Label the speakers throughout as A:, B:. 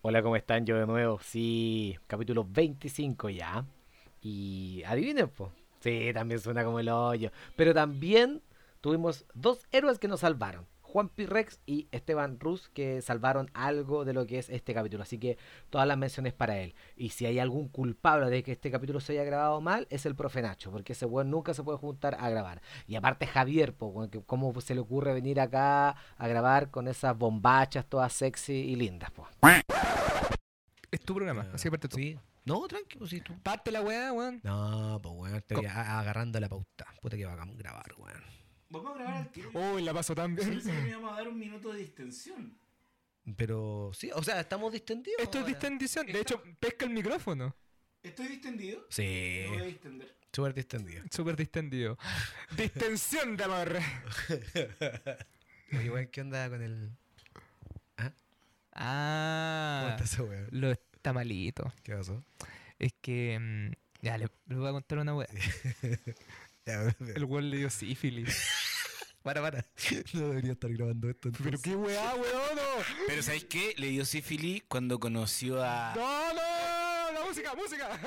A: Hola, ¿cómo están? Yo de nuevo. Sí, capítulo 25 ya. Y adivinen, pues. Sí, también suena como el hoyo. Pero también tuvimos dos héroes que nos salvaron. Juan Pirrex y Esteban Ruz que salvaron algo de lo que es este capítulo. Así que todas las menciones para él. Y si hay algún culpable de que este capítulo se haya grabado mal, es el profe Nacho, porque ese weón nunca se puede juntar a grabar. Y aparte Javier, po, weón, que ¿cómo se le ocurre venir acá a grabar con esas bombachas todas sexy y lindas? Po?
B: Es tu programa, así que parte tú.
C: Sí. No, tranquilo, sí, tú.
B: Parte la weá, weón.
C: No, pues weón, estoy
B: Co-
C: a- agarrando la pauta. Puta que vamos a grabar, weón.
D: Vamos a grabar al tiro.
E: Oh,
B: Uy, la paso tan
D: Yo
B: bien.
D: pensé que me íbamos a dar un minuto de distensión.
C: Pero sí, o sea, estamos distendidos.
B: Esto es
C: ahora.
B: distendición. De hecho, pesca el micrófono.
D: ¿Estoy distendido?
C: Sí,
D: Me voy a distender.
C: súper distendido.
B: Súper distendido. Distensión de amor.
C: Oye, weón, ¿qué onda con el. ¿Cómo
B: Ah.
C: está ese weón?
B: Lo está malito.
C: ¿Qué pasó?
B: Es que. mm, ya, le- les voy a contar una weá.
C: Ya,
B: El weón le dio sífilis.
C: para, para. No debería estar grabando esto.
B: Pero qué weá, weón.
E: Pero ¿sabéis qué? Le dio sífilis cuando conoció a...
B: No, no, la música, música.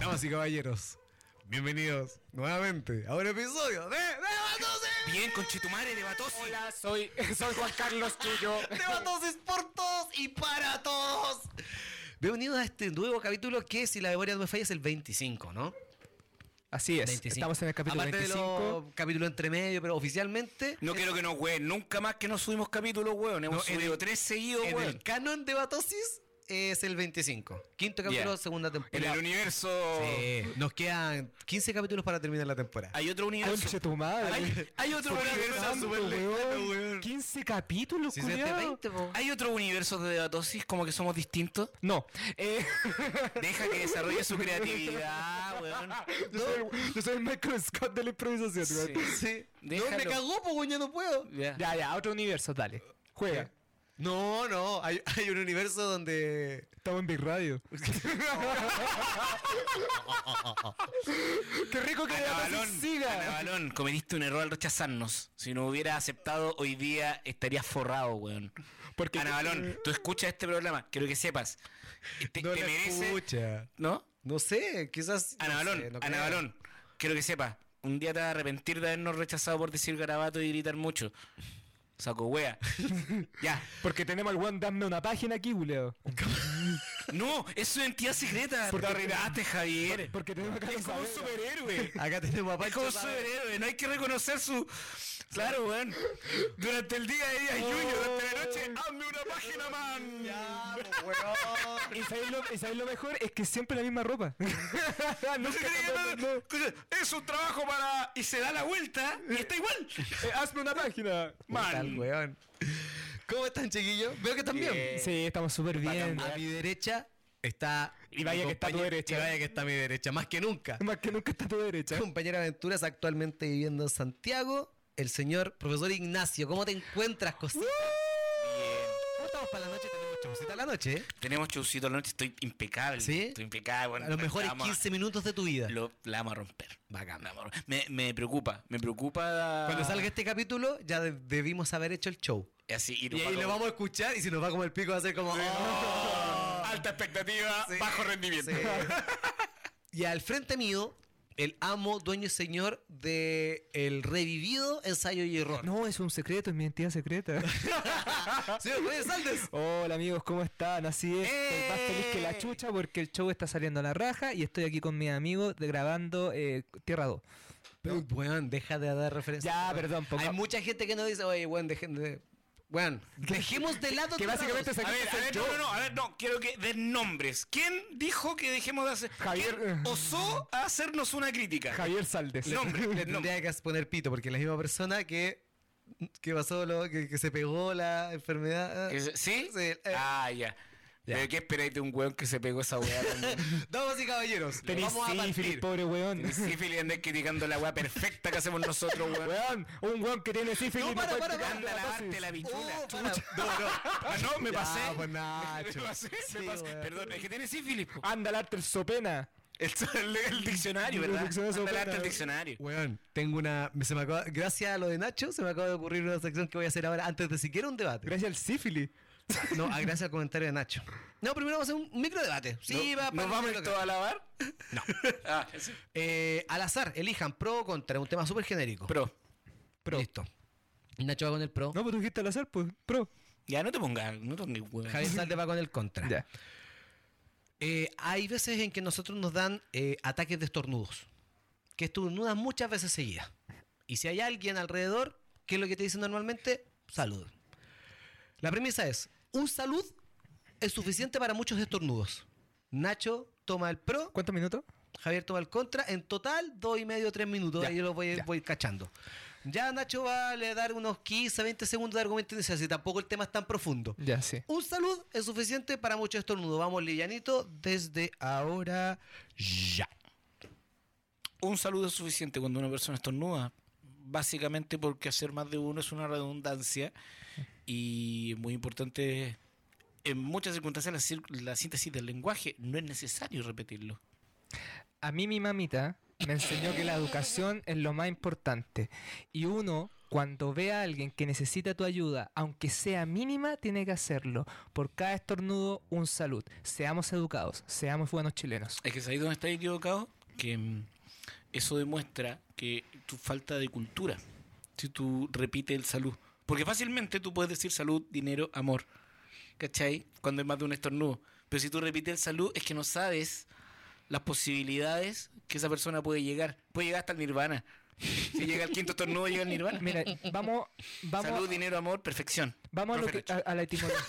C: Damas y caballeros, bienvenidos nuevamente a un episodio de Debatosis.
E: Bien, conchetumare, de Batosi.
B: Soy, soy Juan Carlos Tuyo.
C: Debatosis por todos y para todos. Bienvenidos a este nuevo capítulo que, si la memoria no me falla, es el 25, ¿no?
B: Así es.
C: 25.
B: Estamos en el capítulo
C: Aparte
B: 25.
C: de los capítulos entre medio, pero oficialmente
E: No quiero que nos hueven. Nunca más que nos subimos capítulos, hueón. Hemos
C: No, en
E: subido tres seguidos,
C: en
E: hueón.
C: el canon de Batosis es el 25. Quinto capítulo,
E: Ya.
C: segunda
E: En el
C: temporada.
E: universo...
C: Sí, Nos quedan 15 capítulos para terminar la temporada.
E: Hay otro universo.
B: Conche tu madre.
E: Hay, hay otro
B: Porque
E: universo.
B: tanto, weón. 15 capítulos,
C: Si se te
B: culiao.
C: 20, po.
E: Hay otro universo de debatosis, como que somos distintos.
B: No. Eh,
E: Deja que desarrolle su creatividad, weón.
B: yo, soy el, yo soy el Michael Scott de la improvisación, weón.
C: Sí. No, me
E: Déjalo.
C: cagó, po, ya no puedo.
E: Ya.
B: Ya, ya, otro universo, dale. Juega.
C: No, no, hay, hay un universo donde...
B: Estamos en Big Radio. Qué rico que
E: Ana
B: la
E: Balón,
B: Balón siga.
E: Ana Balón, cometiste un error al rechazarnos. Si no hubieras aceptado, hoy día estarías forrado, weón.
B: Porque-
E: Ana Balón, tú escuchas este programa, quiero que sepas. Te,
C: No
E: te
C: la
E: merece-
C: escucha.
E: ¿No?
C: No sé, quizás...
E: Ana
C: no
E: Balón,
C: sé, no
E: Ana
C: creo.
E: Balón, quiero que sepas. Un día te vas a arrepentir de habernos rechazado por decir garabato y gritar mucho. Saco wea. ya.
B: Porque tenemos al One Dame una página aquí, buleo.
E: No, es su entidad secreta. Te arreglaste, Javier.
B: Porque tenemos acá
E: Es como un superhéroe.
C: Acá tenemos a
E: Es como
C: Pancho
E: un
C: Saavedra.
E: superhéroe, no hay que reconocer su. Claro, weón. Durante el día ella es Yuyo, durante la noche, hazme una página, man. pues.
B: ¿Y sabéis, lo, y sabéis lo mejor? Es que siempre la misma ropa.
E: No se cree, no, no. Es un trabajo para. Y se da la vuelta y está igual.
B: Eh, hazme una página.
C: Puta, el
E: Man.
C: weón. ¿Cómo están, chiquillos? Veo que están bien.
B: Sí, estamos súper bien.
C: A mi derecha está.
B: Y vaya
C: mi
B: que está tu
C: compañera-
B: derecha.
C: Y vaya que está a mi derecha, más que nunca.
B: Más que nunca está a tu derecha.
C: Compañera Aventuras, actualmente viviendo en Santiago, el señor profesor Ignacio. ¿Cómo te encuentras, cosita? ¿Cómo estamos para la noche? Tenemos chaucita a la noche. ¿eh?
E: Tenemos showcito la noche, estoy impecable.
C: ¿Sí?
E: Estoy impecable. bueno,
C: A los mejores
E: la vamos
C: 15 minutos de tu vida.
E: Lo, la vamos a romper.
C: Bacán.
E: La vamos a romper. Me, me preocupa, me preocupa.
C: Cuando salga este capítulo, ya de- debimos haber hecho el show.
E: Así, y,
C: Y
E: nos
C: ahí
E: va
C: lo
E: como-
C: vamos a escuchar y si nos va como el pico va a ser como... "Oh".
E: Alta expectativa,
C: Sí.
E: bajo rendimiento.
C: Sí. Y al frente mío, el amo, dueño y señor de el revivido ensayo y error.
B: No, es un secreto, es mi identidad secreta.
C: Señor Reyes Saldes.
B: Hola amigos, ¿cómo están? Así es, estoy más feliz que la chucha porque el show está saliendo a la raja y estoy aquí con mis amigos de- grabando eh, Tierra 2.
C: Pero, weón, deja de dar referencias.
B: Ya,
C: weón.
B: perdón, ponga-
C: Hay mucha gente que nos dice, oye, weón, dejen de. Weón, dejemos de lado.
B: Que
C: todos
B: básicamente
C: los-
B: se-
E: A ver, a ver, no, no, no, a ver, no, quiero que den nombres. ¿Quién dijo que dejemos de hacer?
B: Javier.
E: ¿Quién osó a hacernos una crítica?
B: Javier Saldes.
E: Nombre,
C: Le
E: nombre.
C: tendría que poner pito, porque es la misma persona que. que pasó, lo, que, que se pegó la enfermedad. ah.
E: ¿Es- ¿Sí?
C: Sí, eh.
E: Ah, ya.
C: Ya.
E: ¿Pero qué esperáis de un weón que se pegó esa weá?
C: Damas y caballeros,
B: Tenéis
C: vamos a
B: sífilis,
C: partir.
B: pobre weón.
E: Sí, Fili, andáis criticando la weá perfecta que hacemos nosotros, weón.
B: Weón, un weón que tiene sífilis.
C: No, para,
B: puede
C: para,
B: explicar
C: para,
E: Anda a
B: la
E: lavarte
B: dosis.
E: la bichula.
C: Oh, para- No, no.
E: Ah, no, me
C: Ya,
E: pasé.
C: pues,
E: Me
C: Nacho.
E: pasé, me
B: Sí,
E: pasé.
B: weón.
E: Perdón, es que tiene sífilis, po.
B: Anda a darte el sopena.
E: El, el- el diccionario,
B: El diccionario
E: ¿verdad? Anda a
B: sopena,
E: lavarte el
B: weón.
E: diccionario.
C: Weón, tengo una. me- se me acaba- gracias a lo de Nacho, se me acaba de ocurrir una sección que voy a hacer ahora antes de siquiera un debate.
B: Gracias al sífilis.
C: No, ah, gracias al comentario de Nacho. No, primero vamos a hacer un micro debate. Sí,
E: ¿No-
C: va
E: ¿Nos
C: para-
E: vamos todos a lavar? No. ah, sí.
C: Eh, al azar, elijan pro o contra, un tema súper genérico.
E: Pero,
B: Pro.
C: Listo. Nacho va con el pro.
B: No, pues tú dijiste al azar, pues. Pro.
E: ya no te pongas, no te pongas, weón.
C: Javier Salde va con el contra. Eh, hay veces en que nosotros nos dan eh, ataques de estornudos, que estornudas muchas veces seguidas. Y si hay alguien alrededor, ¿qué es lo que te dicen normalmente? Salud. La premisa es, un salud es suficiente para muchos estornudos. Nacho toma el pro,
B: ¿Cuántos minutos?
C: Javier toma el contra, en total dos y medio, tres minutos,
B: Ya,
C: ahí yo los voy,
B: ya.
C: voy cachando. Ya Nacho va a le dar unos 15, 20 segundos de argumento inicial, si tampoco el tema es tan profundo.
B: Ya, sí.
C: Un salud es suficiente para mucho estornudo. Vamos, Lillanito, desde ahora ya.
E: Un saludo es suficiente cuando una persona estornuda. Básicamente porque hacer más de uno es una redundancia y muy importante. En muchas circunstancias la, cir- la síntesis del lenguaje no es necesario repetirlo.
B: A mí mi mamita me enseñó que la educación es lo más importante. Y uno, cuando ve a alguien que necesita tu ayuda, aunque sea mínima, tiene que hacerlo. Por cada estornudo, un salud. Seamos educados, seamos buenos chilenos.
E: Es que sabéis dónde estáis equivocados, que mm, eso demuestra que tu falta de cultura, si tú repites el salud. Porque fácilmente tú puedes decir salud, dinero, amor, ¿cachai? Cuando es más de un estornudo. Pero si tú repites el salud, es que no sabes las posibilidades que esa persona puede llegar. Puede llegar hasta el nirvana. Si llega al quinto estornudo, llega al nirvana.
B: Mira, vamos, vamos,
E: salud, dinero, amor, perfección.
B: vamos a, lo
E: Profe
B: que- a- a la etimología.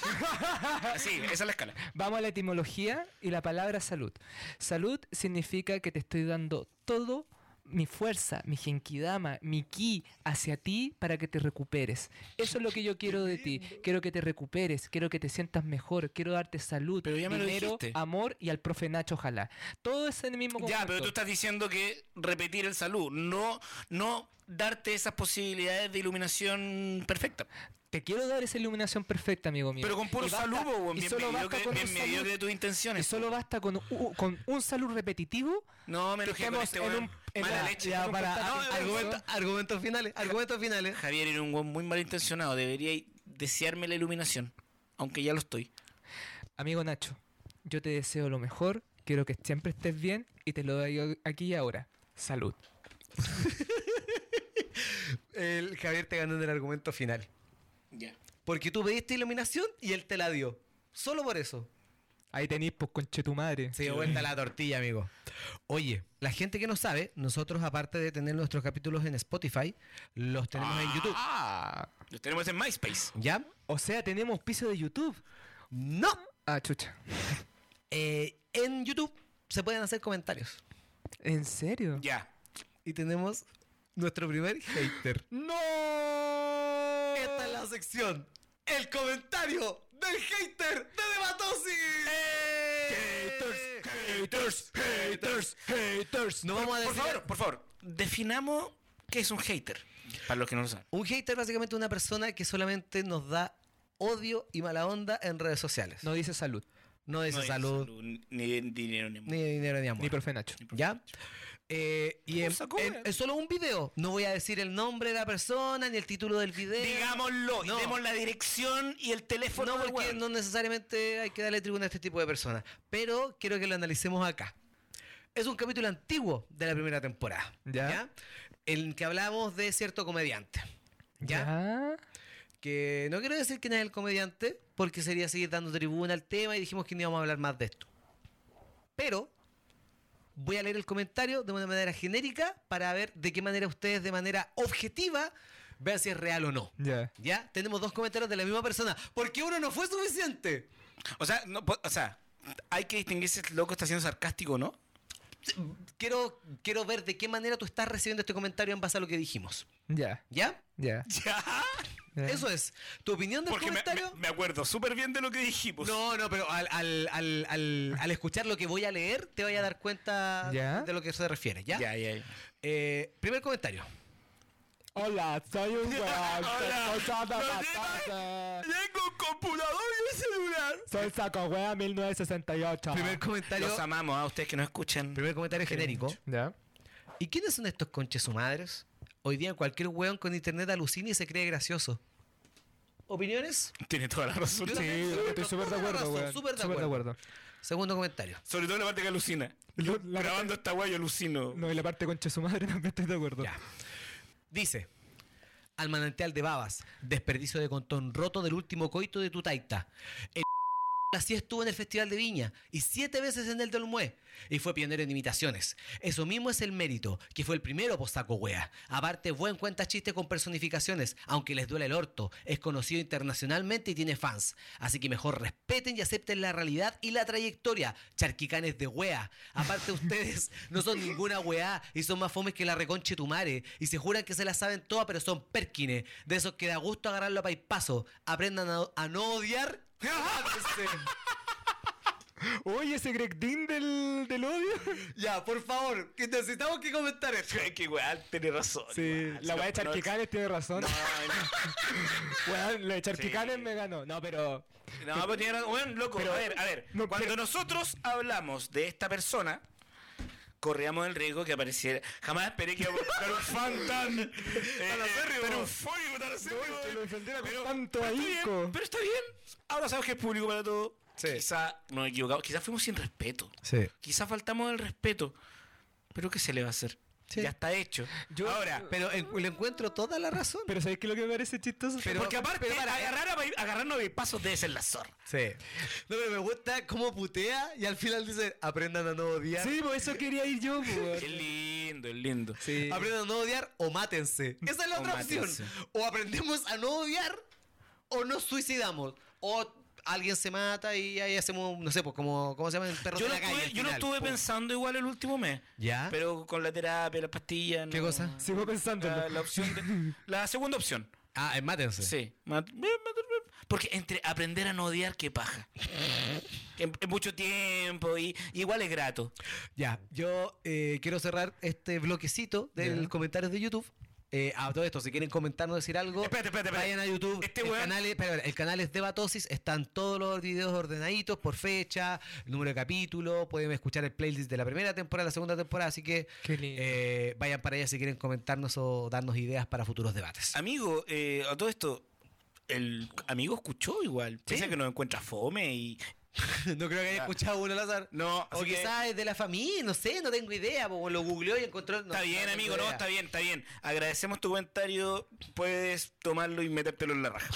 E: Así, esa es la escala.
B: Vamos a la etimología y la palabra salud. Salud significa que te estoy dando todo mi fuerza, mi genkidama, mi ki hacia ti para que te recuperes. Eso es lo que yo quiero de ti. Quiero que te recuperes, quiero que te sientas mejor, quiero darte salud,
E: Pero ya me lo
B: dinero,
E: dijiste.
B: amor y al profe Nacho, ojalá. Todo es en el mismo conjunto.
E: Ya, pero tú estás diciendo que repetir el salud, no, no darte esas posibilidades de iluminación perfecta.
B: Te quiero dar esa iluminación perfecta, amigo mío.
E: Pero con puro
B: Y basta-
E: salud, po, weón,
B: y
E: bien
B: solo
E: mediocre-
B: basta con
E: bien
B: un
E: mediocre
B: salud-
E: de tus intenciones.
B: y solo basta con, u- con un salud repetitivo
E: no, me
B: que
E: enojé con
B: estemos
E: este
B: en
E: weón.
B: un- en
E: Mala
B: la-
E: leche.
B: ya, para-
E: No,
B: a-
E: algo-
B: argumento-
C: argumentos finales, argumentos finales.
E: Javier era un weón muy malintencionado. Debería desearme la iluminación, aunque ya lo estoy.
B: Amigo Nacho, yo te deseo lo mejor, quiero que siempre estés bien y te lo doy aquí y ahora. Salud.
C: El Javier te ganó en el argumento final.
E: Ya.
C: Porque tú pediste iluminación y él te la dio. Solo por eso.
B: Ahí tenís, pues, conche tu madre.
C: Se dio vuelta la tortilla, amigo. Oye, la gente que no sabe, nosotros aparte de tener nuestros capítulos en Spotify, los tenemos en YouTube.
B: Ah.
E: Los tenemos en MySpace.
C: ¿Ya?
B: O sea, tenemos piso de YouTube.
C: No.
B: Ah, chucha.
C: Eh, en YouTube se pueden hacer comentarios.
B: ¿En serio?
E: Ya.
C: Y tenemos nuestro primer hater.
B: ¡No!
C: Esta es la sección. El comentario del hater de Debatosis.
E: Haters, haters, haters.
C: No vamos a
E: Por
C: decir-
E: favor, por favor, definamos qué es un hater. Para los que no lo saben.
C: Un hater básicamente es una persona que solamente nos da odio y mala onda en redes sociales.
B: No dice salud,
C: No dice
E: No hay
C: salud,
E: ni dinero, ni amor.
C: ni dinero ni amor.
B: ni profe Nacho.
C: ¿Ya? Eh, y en-
E: Cosa cobra.
C: en- es solo un video. No voy a decir el nombre de la persona ni el título del video.
E: Digámoslo, y
C: No.
E: demos la dirección y el teléfono.
C: No,
E: del
C: porque
E: weón.
C: no necesariamente hay que darle tribuna a este tipo de personas. Pero quiero que lo analicemos acá. Es un capítulo antiguo de la primera temporada.
B: Ya.
C: En el que hablamos de cierto comediante. ¿Ya? Que no quiero decir quién es el comediante, porque sería seguir dando tribuna al tema y dijimos que no íbamos a hablar más de esto. Pero voy a leer el comentario de una manera genérica para ver de qué manera ustedes, de manera objetiva, vean si es real o no.
B: Ya.
C: ¿Ya? Tenemos dos comentarios de la misma persona. ¿Por qué uno no fue suficiente?
E: O sea, no po- o sea, hay que distinguir si el loco está siendo sarcástico o no.
C: Quiero, quiero ver de qué manera tú estás recibiendo este comentario en base a lo que dijimos.
B: Ya.
C: ¿Ya?
B: Ya. Ya.
C: Eso es. Tu opinión del
E: Porque me,
C: comentario.
E: me- me acuerdo súper bien de lo que dijimos.
C: No, no, pero al, al, al, al, al escuchar lo que voy a leer, te vaya a dar cuenta
B: ¿Ya?
C: de lo que se refiere, ¿ya?
E: Ya, ya, ya.
C: Eh, primer comentario.
B: Hola, soy un weón.
E: Hola.
B: soy Santa
E: Hola.
B: Matata.
E: Tengo un computador y un celular.
B: Soy Saco Wea 1968.
C: Primer comentario.
E: Los amamos a ustedes que nos escuchan.
C: Primer comentario genérico.
B: ¿Ya?
C: ¿Y quiénes son estos conches su madres? Hoy día cualquier weón con internet alucina y se cree gracioso. ¿Opiniones?
E: Tiene toda la razón.
C: Yo
B: Sí,
C: también,
B: estoy súper de
C: toda la
B: acuerdo,
C: razón,
B: weón.
C: súper de
B: Súper de
C: acuerdo.
B: acuerdo.
C: Segundo comentario.
E: Sobre todo la parte que alucina.
B: Lo- la
E: Grabando esta guay yo alucino.
B: No, y la parte concha de su madre también estoy de acuerdo.
C: Ya. Dice, al manantial de babas, desperdicio de contón roto del último coito de tu taita. El así estuvo en el Festival de Viña y siete veces en el del Olmué y fue pionero en imitaciones. Eso mismo es el mérito, que fue el primero postaco wea. Aparte, buen cuenta chiste con personificaciones, aunque les duele el orto, es conocido internacionalmente y tiene fans. Así que mejor respeten y acepten la realidad y la trayectoria, charquicanes de wea. Aparte ustedes no son ninguna weá y son más fomes que la reconche tu mare y se juran que se la saben todas pero son perkines, de esos que da gusto agarrarlo a paipazo. Aprendan a, a no odiar.
B: Oye, ese Greg Dean del, del odio.
C: Ya, por favor, que necesitamos que comentar esto.
E: Es que weón, tiene razón.
B: Sí,
E: weón.
B: la
E: No,
B: weá de
E: no,
B: Charquicanes tiene razón.
E: No,
B: Weón, la de Charquicanes
E: Sí.
B: me ganó. No, pero.
E: no, no, pero tiene razón. Weón, loco, a ver, a ver.
B: no,
E: Cuando nosotros hablamos de esta persona, corríamos el riesgo que apareciera. Jamás esperé que iba a buscar un fan tan. eh,
C: Tanacérrimo.
E: pero un fónico tan acérrimo,
B: que lo
E: eh.
B: defendiera con
E: Pero-
B: tanto
E: pero está
B: ahínco.
E: bien, Pero está bien. Ahora sabes que es público para todo. Quizá nos equivocamos. Quizá fuimos sin respeto.
C: Sí.
E: Quizá faltamos el respeto. Pero ¿qué se le va a hacer?
C: Sí.
E: Ya está hecho.
B: Yo-
E: Ahora,
C: Pero en- le encuentro toda la razón.
B: Pero ¿sabéis qué es lo que me parece chistoso?
E: porque aparte, agarrar
B: eh.
E: a, bai- agarrarnos a pasos debe ser la zorra.
C: Sí. No, pero me gusta cómo putea y al final dice, aprendan a no odiar.
B: Sí, por eso quería ir yo, weón.
E: Es lindo, es lindo.
B: Sí.
C: Aprendan a no odiar o mátense. Esa es la
E: O
C: otra
E: mátense.
C: opción. O aprendemos a no odiar o nos suicidamos. O alguien se mata y ahí hacemos, no sé, pues como, ¿cómo se llama? El perro
E: Yo
C: de
E: lo
C: la calle.
E: estuve,
C: al
E: yo lo
C: final,
E: estuve
C: po.
E: pensando igual el último mes.
C: ¿Ya?
E: Pero con la terapia, la pastilla.
C: ¿Qué
E: no.
C: cosa?
B: Sigo pensando.
E: La, la opción de- la segunda opción.
C: Ah,
E: eh,
C: en mátense.
E: Sí. Mat- Porque entre aprender a no odiar, qué paja. Es es mucho tiempo y y igual es grato.
C: Ya, yo eh, quiero cerrar este bloquecito de los comentarios de YouTube. Eh, a todo esto, si quieren comentarnos, decir algo,
E: Espérate, espérate, espérate.
C: vayan a YouTube.
E: Este
C: el,
E: weón-
C: canal es, espera, espera, el canal es Debatosis, están todos los videos ordenaditos por fecha, número de capítulo, pueden escuchar el playlist de la primera temporada, la segunda temporada, así que
B: Qué lindo.
C: eh, vayan para allá si quieren comentarnos o darnos ideas para futuros debates.
E: Amigo, eh, a todo esto, el amigo escuchó igual. Piensa que nos encuentra fome y.
C: no creo que haya escuchado uno al azar.
E: No,
C: O quizás es de la familia, no sé, no tengo idea, porque lo googleó y encontró... no,
E: Está bien,
C: no tengo
E: amigo, no,
C: idea.
E: está bien, está bien. Agradecemos tu comentario, puedes tomarlo y metértelo en la raja.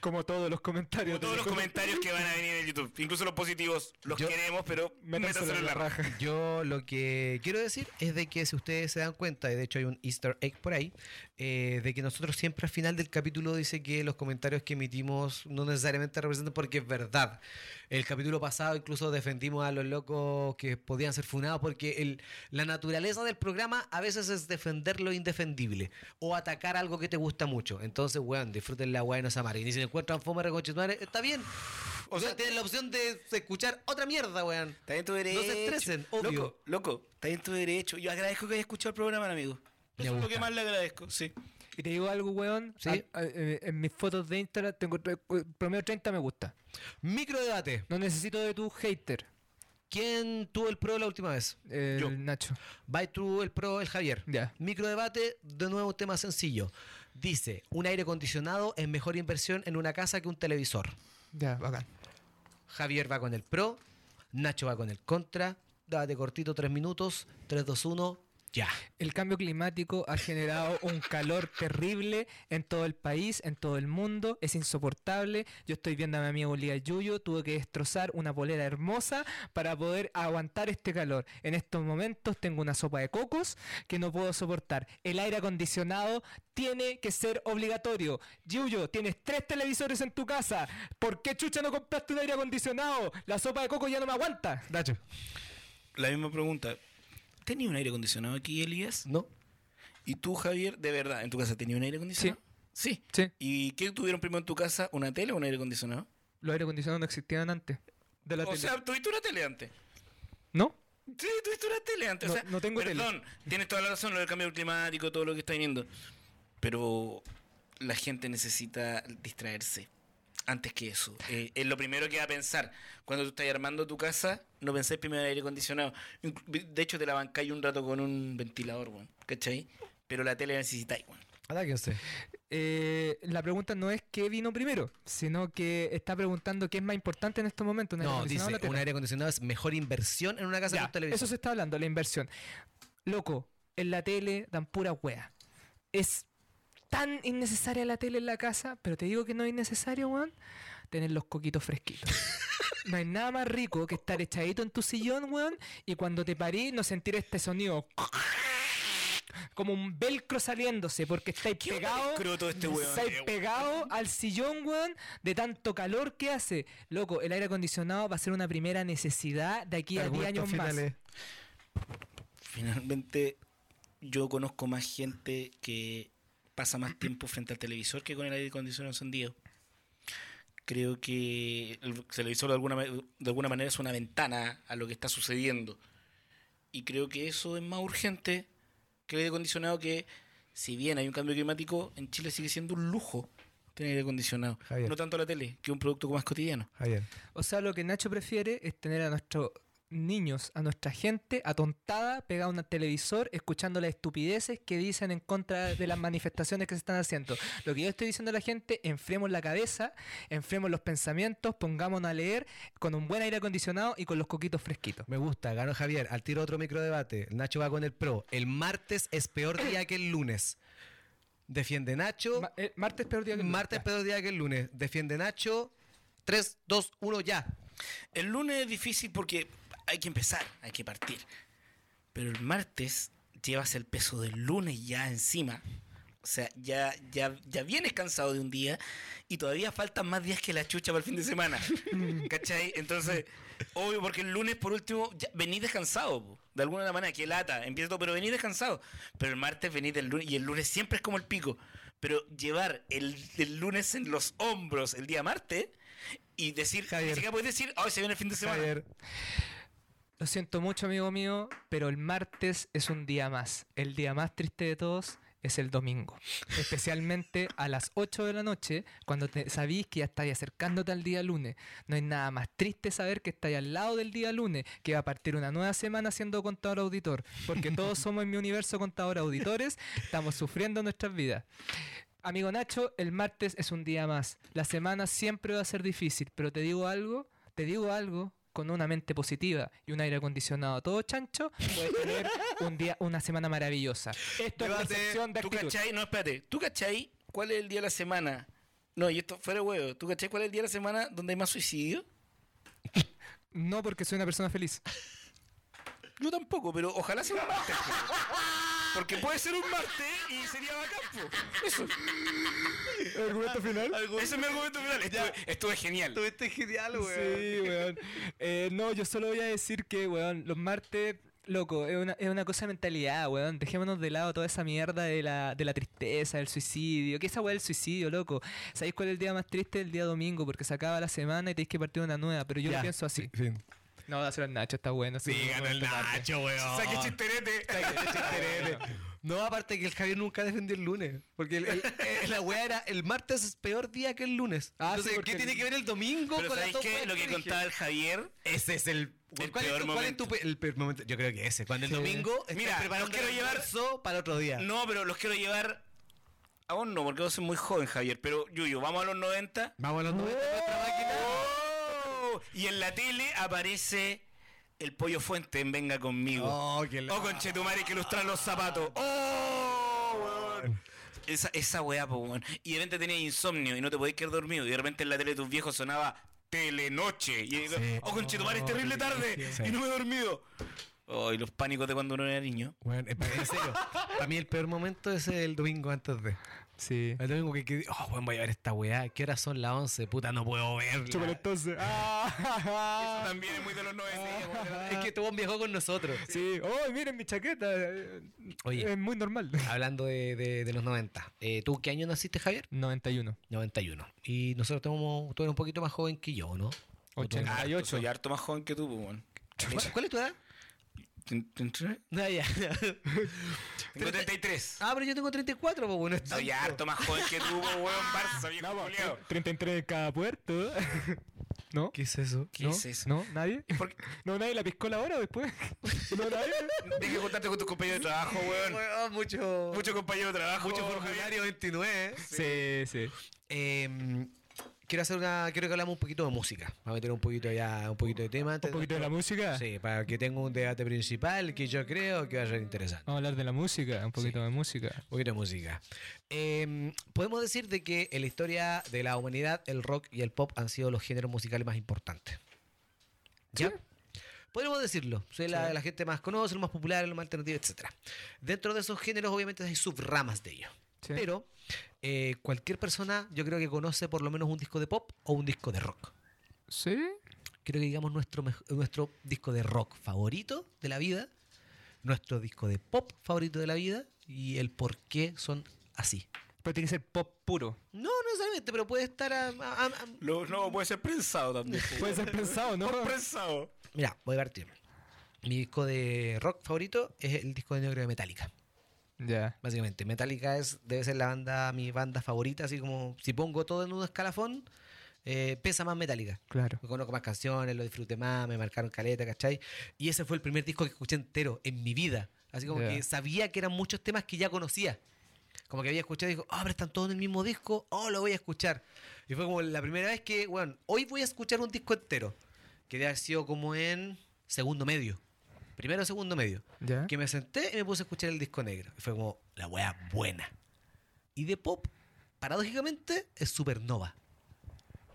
B: Como todos los comentarios.
E: Como todos los
B: Como-
E: comentarios que van a venir en YouTube, incluso los positivos, los
C: Yo-
E: queremos, pero
B: Métanselo en la raja.
C: Yo lo que quiero decir es de que si ustedes se dan cuenta, y de hecho hay un easter egg por ahí, eh, de que nosotros siempre al final del capítulo dice que los comentarios que emitimos no necesariamente representan porque es verdad. El capítulo pasado incluso defendimos a los locos que podían ser funados porque el, la naturaleza del programa a veces es defender lo indefendible o atacar algo que te gusta mucho. Entonces, weón, disfruten la weá y no se amarguen. Y si se encuentran fome reconchetumare, está bien. O sea, tienen la opción de escuchar otra mierda, weón.
E: Está en tu derecho.
C: No se estresen, obvio.
E: Loco, loco, está en tu derecho. Yo agradezco que hayas escuchado el programa, amigo.
C: Me
E: Eso es lo
C: gusta.
E: que más le agradezco, sí.
B: Y te digo algo, weón.
C: Sí.
B: a- a- eh, en mis fotos de Instagram tengo tre- eh, promedio 30 me gusta.
C: Microdebate.
B: No necesito de tu hater.
C: ¿Quién tuvo el pro la última vez?
B: El
E: Yo.
B: Nacho.
C: By tuvo el pro el Javier.
B: Ya.
C: Microdebate, de nuevo un tema sencillo. Dice, un aire acondicionado es mejor inversión en una casa que un televisor.
B: Ya, bacán.
C: Javier va con el pro, Nacho va con el contra. Date cortito, tres minutos, 3, 2, 1, ya.
B: El cambio climático ha generado un calor terrible en todo el país, en todo el mundo. Es insoportable. Yo estoy viendo a mi amigo Lía Yuyo. Tuve que destrozar una polera hermosa para poder aguantar este calor. En estos momentos tengo una sopa de cocos que no puedo soportar. El aire acondicionado tiene que ser obligatorio. Yuyo, tienes tres televisores en tu casa. ¿Por qué chucha no compraste un aire acondicionado? La sopa de coco ya no me aguanta.
C: Nacho.
E: La misma pregunta. ¿Tenías un aire acondicionado aquí, Elías?
C: No.
E: ¿Y tú, Javier, de verdad, en tu casa tenías un aire acondicionado? Sí.
B: Sí,
E: ¿Y qué tuvieron primero en tu casa? ¿Una tele o un aire acondicionado?
B: los aire acondicionados no existían antes. De la
E: o
B: tele.
E: sea, tuviste una tele antes.
B: ¿No?
E: Sí, tuviste una tele antes. o
B: No-
E: sea,
B: no tengo tele.
E: Perdón, tienes toda la razón, lo del cambio climático, todo lo que está viniendo. Pero la gente necesita distraerse antes que eso. Eh, es lo primero que va a pensar. Cuando tú estás armando tu casa, no pensáis primero en aire acondicionado. Inclu- De hecho, te la bancáis un rato con un ventilador, weón. ¿Cachai? Pero la tele la necesitáis, weón.
C: Atáquense.
B: Eh, la pregunta no es qué vino primero, sino que está preguntando qué es más importante en estos momentos. ¿un aire
C: No,
B: acondicionado
C: dice,
B: o la tele?
C: un aire acondicionado es mejor inversión en una casa
B: Ya,
C: que un televisor.
B: eso se está hablando, la inversión. Loco, en la tele dan pura wea. Es tan innecesaria la tele en la casa, pero te digo que no es innecesario, weón, tener los coquitos fresquitos. No hay nada más rico que estar echadito en tu sillón, weón, y cuando te parís no sentir este sonido. Como un velcro saliéndose, porque estáis
E: ¿Qué onda de
B: pegados.
E: escroto este weón?
B: Estáis
E: Eh,
B: pegado al sillón, weón, de tanto calor que hace. Loco, el aire acondicionado va a ser una primera necesidad de aquí a 10 años más.
E: Finalmente, yo conozco más gente que pasa más tiempo frente al televisor que con el aire acondicionado encendido. Creo que el televisor de alguna, ma- de alguna manera es una ventana a lo que está sucediendo. Y creo que eso es más urgente que el aire acondicionado que, si bien hay un cambio climático, en Chile sigue siendo un lujo tener aire acondicionado.
C: Javier.
E: No tanto la tele, que un producto más cotidiano.
C: Javier.
B: O sea, lo que Nacho prefiere es tener a nuestros niños, a nuestra gente atontada, pegada a un televisor, escuchando las estupideces que dicen en contra de las manifestaciones que se están haciendo. Lo que yo estoy diciendo a la gente, enfriemos la cabeza, enfriemos los pensamientos, pongámonos a leer con un buen aire acondicionado y con los coquitos fresquitos.
C: Me gusta, ganó Javier. Al tiro otro microdebate. Nacho va con el pro. El martes es peor día que el lunes. Defiende Nacho.
B: Ma- eh, martes peor día que el lunes.
C: martes
B: Ya.
C: peor día que el lunes. Defiende Nacho. 3, 2, 1, ya.
E: El lunes es difícil porque hay que empezar, hay que partir. Pero el martes llevas el peso del lunes ya encima. O sea, ya, ya, ya vienes cansado de un día y todavía faltan más días que la chucha para el fin de semana. ¿Cachai? Entonces, obvio, porque el lunes, por último, ya venís descansado. po. De alguna manera, que lata, empieza todo, pero venís descansado. Pero el martes venís del lunes y el lunes siempre es como el pico. Pero llevar el, el lunes en los hombros el día martes y decir,
C: Javier.
E: ni siquiera puedes decir, hoy se viene el fin de semana.
C: Javier.
B: Lo siento mucho, amigo mío, pero el martes es un día más. El día más triste de todos es el domingo. Especialmente a las 8 de la noche, cuando te, sabís que ya estáis acercándote al día lunes. No hay nada más triste saber que estáis al lado del día lunes, que va a partir una nueva semana siendo contador auditor. Porque todos somos en mi universo contador auditores, estamos sufriendo nuestras vidas. Amigo Nacho, el martes es un día más. La semana siempre va a ser difícil, pero te digo algo, te digo algo con una mente positiva y un aire acondicionado todo chancho, puedes tener un día, una semana maravillosa. Esto es
C: Debate.
B: percepción de
E: ¿Tú
B: actitud.
E: cachai? No, espérate. ¿Tú cachai cuál es el día de la semana? No, y esto fuera de huevo. ¿Tú cachai cuál es el día de la semana donde hay más suicidio?
B: No porque soy una persona feliz.
E: Yo tampoco, pero ojalá sea un martes. po. Porque puede ser un martes y sería bacán, po. Eso.
B: ¿Argumento final?
E: Ese es mi argumento final. Estuve, estuve genial.
C: Tuviste genial,
B: Sí, weón. Eh, no, yo solo voy a decir que, weón, los martes, loco, es una, es una cosa de mentalidad, weón. Dejémonos de lado toda esa mierda de la, de la tristeza, del suicidio. ¿Qué es esa weá del suicidio, loco? ¿Sabéis cuál es el día más triste? El día domingo, porque se acaba la semana y tenéis que partir una nueva. Pero yo lo
C: Ya.
B: pienso así.
C: Fin.
B: No, dáselo al Nacho, está bueno. Sí,
C: ganó el Nacho, weón.
E: Saque Ah. chisterete.
C: No, aparte que el Javier nunca defendió el lunes. Porque el- el- el- la weá era el martes es peor día que el lunes.
B: Ah, sí,
C: Entonces,
B: porque el-
C: ¿qué tiene que ver el domingo
E: Pero
C: con la
E: ¿sabéis
C: topa
E: qué? Lo que contaba el Javier.
C: Ese es el,
E: El
C: ¿cuál
E: peor
C: es tu, cuál es tu
E: momento.
C: pe- el peor momento? Yo creo que ese. Cuando el
B: Sí.
C: domingo estás
E: Mira,
C: preparando
E: los quiero
C: el
E: llevar-
C: almuerzo para otro día.
E: No, pero los quiero llevar. Aún no, porque vos sos muy joven, Javier. Pero, Yuyo, vamos a los 90.
C: Vamos a los 90 de este nuestra máquina.
E: ¡Oh! Y en la tele aparece el pollo fuente en Venga conmigo.
C: Oh, qué la-
E: Oh, conchetumare, que ilustran los zapatos. ¡Oh, weón! Esa, esa weá, po, weón. Y de repente tenías insomnio y no te podías quedar dormido. Y de repente en la tele de tus viejos sonaba Telenoche. Y digo, oh, conchetumare, es terrible tarde. Y no me he dormido. Oh, y los pánicos de cuando uno era niño.
C: Bueno, eh, pa- en serio, para mí el peor momento es el domingo antes de.
B: Sí.
C: El domingo que, que oh, bueno, voy a ver esta weá. ¿Qué horas son las 11? Puta, no puedo verla.
B: Chocolatoso.
E: Eso
B: Ah,
E: también es muy de los 90.
C: Es que tu buen viajó con nosotros.
B: sí. Oh, miren mi chaqueta.
C: Oye.
B: Es muy normal.
C: Hablando de, de- de los 90. Eh, ¿Tú qué año naciste, Javier?
B: 91.
C: 91. Y nosotros tenemos, tú eres un poquito más joven que yo, ¿no?
E: Ah, yo
B: 88.
E: soy harto más joven que tú, pues, weón.
C: ¿Cuál- ¿Cuál es tu edad?
E: Ten- ten- ten-
C: Ah, ya.
E: Tengo 33.
C: ah, pero yo tengo 34, pues bueno. es
E: Soy
C: tanto.
E: harto más joven que tú, pues, weón, Barça, viejo culiao.
B: 33 en cada puerto. ¿No?
C: ¿Qué es eso?
E: ¿Qué
B: ¿No?
E: es eso?
B: ¿No? ¿Nadie?
E: ¿Por qué?
B: ¿No nadie la piscó la hora después? ¿No nadie?
E: Deja de contarte con tus compañeros de trabajo, weón.
C: Bueno, mucho. Oh,
E: Muchos compañeros de trabajo.
C: Mucho
E: Javier.
C: formulario 29.
B: Sí, sí.
C: Eh, quiero hacer una. Quiero que hablamos un poquito de música. Vamos a meter un poquito ya, un poquito de tema. antes
B: Un poquito de la música.
C: Sí, para que tenga un debate principal que yo creo que va a ser interesante.
B: Vamos a hablar de la música, un poquito de música.
C: Un poquito de música. Eh, podemos decir de que en la historia de la humanidad el rock y el pop han sido los géneros musicales más importantes. ¿Ya? Podríamos decirlo. Soy la, la gente más conoce, lo más popular, lo más alternativo, etc. Dentro de esos géneros obviamente hay subramas de ellos.
B: Sí.
C: Pero eh, cualquier persona yo creo que conoce por lo menos un disco de pop o un disco de rock.
B: ¿Sí?
C: Creo que digamos nuestro, mej- nuestro disco de rock favorito de la vida, nuestro disco de pop favorito de la vida y el por qué son así.
B: Pero tiene que ser pop puro.
C: No necesariamente, pero puede estar a- a- a- a-
E: Lo- no, puede ser prensado también. pues,
B: Puede
E: weón.
B: ser pensado, ¿no?
E: prensado.
C: Mira, voy a partir. Mi disco de rock favorito es el disco de negro de Metallica.
B: Ya.
C: Básicamente, Metallica es, debe ser la banda, mi banda favorita, así como si pongo todo en un escalafón, eh, pesa más Metallica.
B: Claro.
C: Conozco más canciones, lo disfruté más, me marcaron caleta, ¿cachai? Y ese fue el primer disco que escuché entero en mi vida. Así como
B: Ya.
C: que sabía que eran muchos temas que ya conocía. Como que había escuchado y digo, ah, pero están todos en el mismo disco, oh, lo voy a escuchar. Y fue como la primera vez que, bueno, hoy voy a escuchar un disco entero. Que debe haber sido como en segundo medio. Primero, segundo medio.
E: ¿Ah?
B: ¿Ya?
C: Que me senté y me puse a escuchar el disco negro. Y fue como, la wea buena. Y de pop, paradójicamente, es Supernova.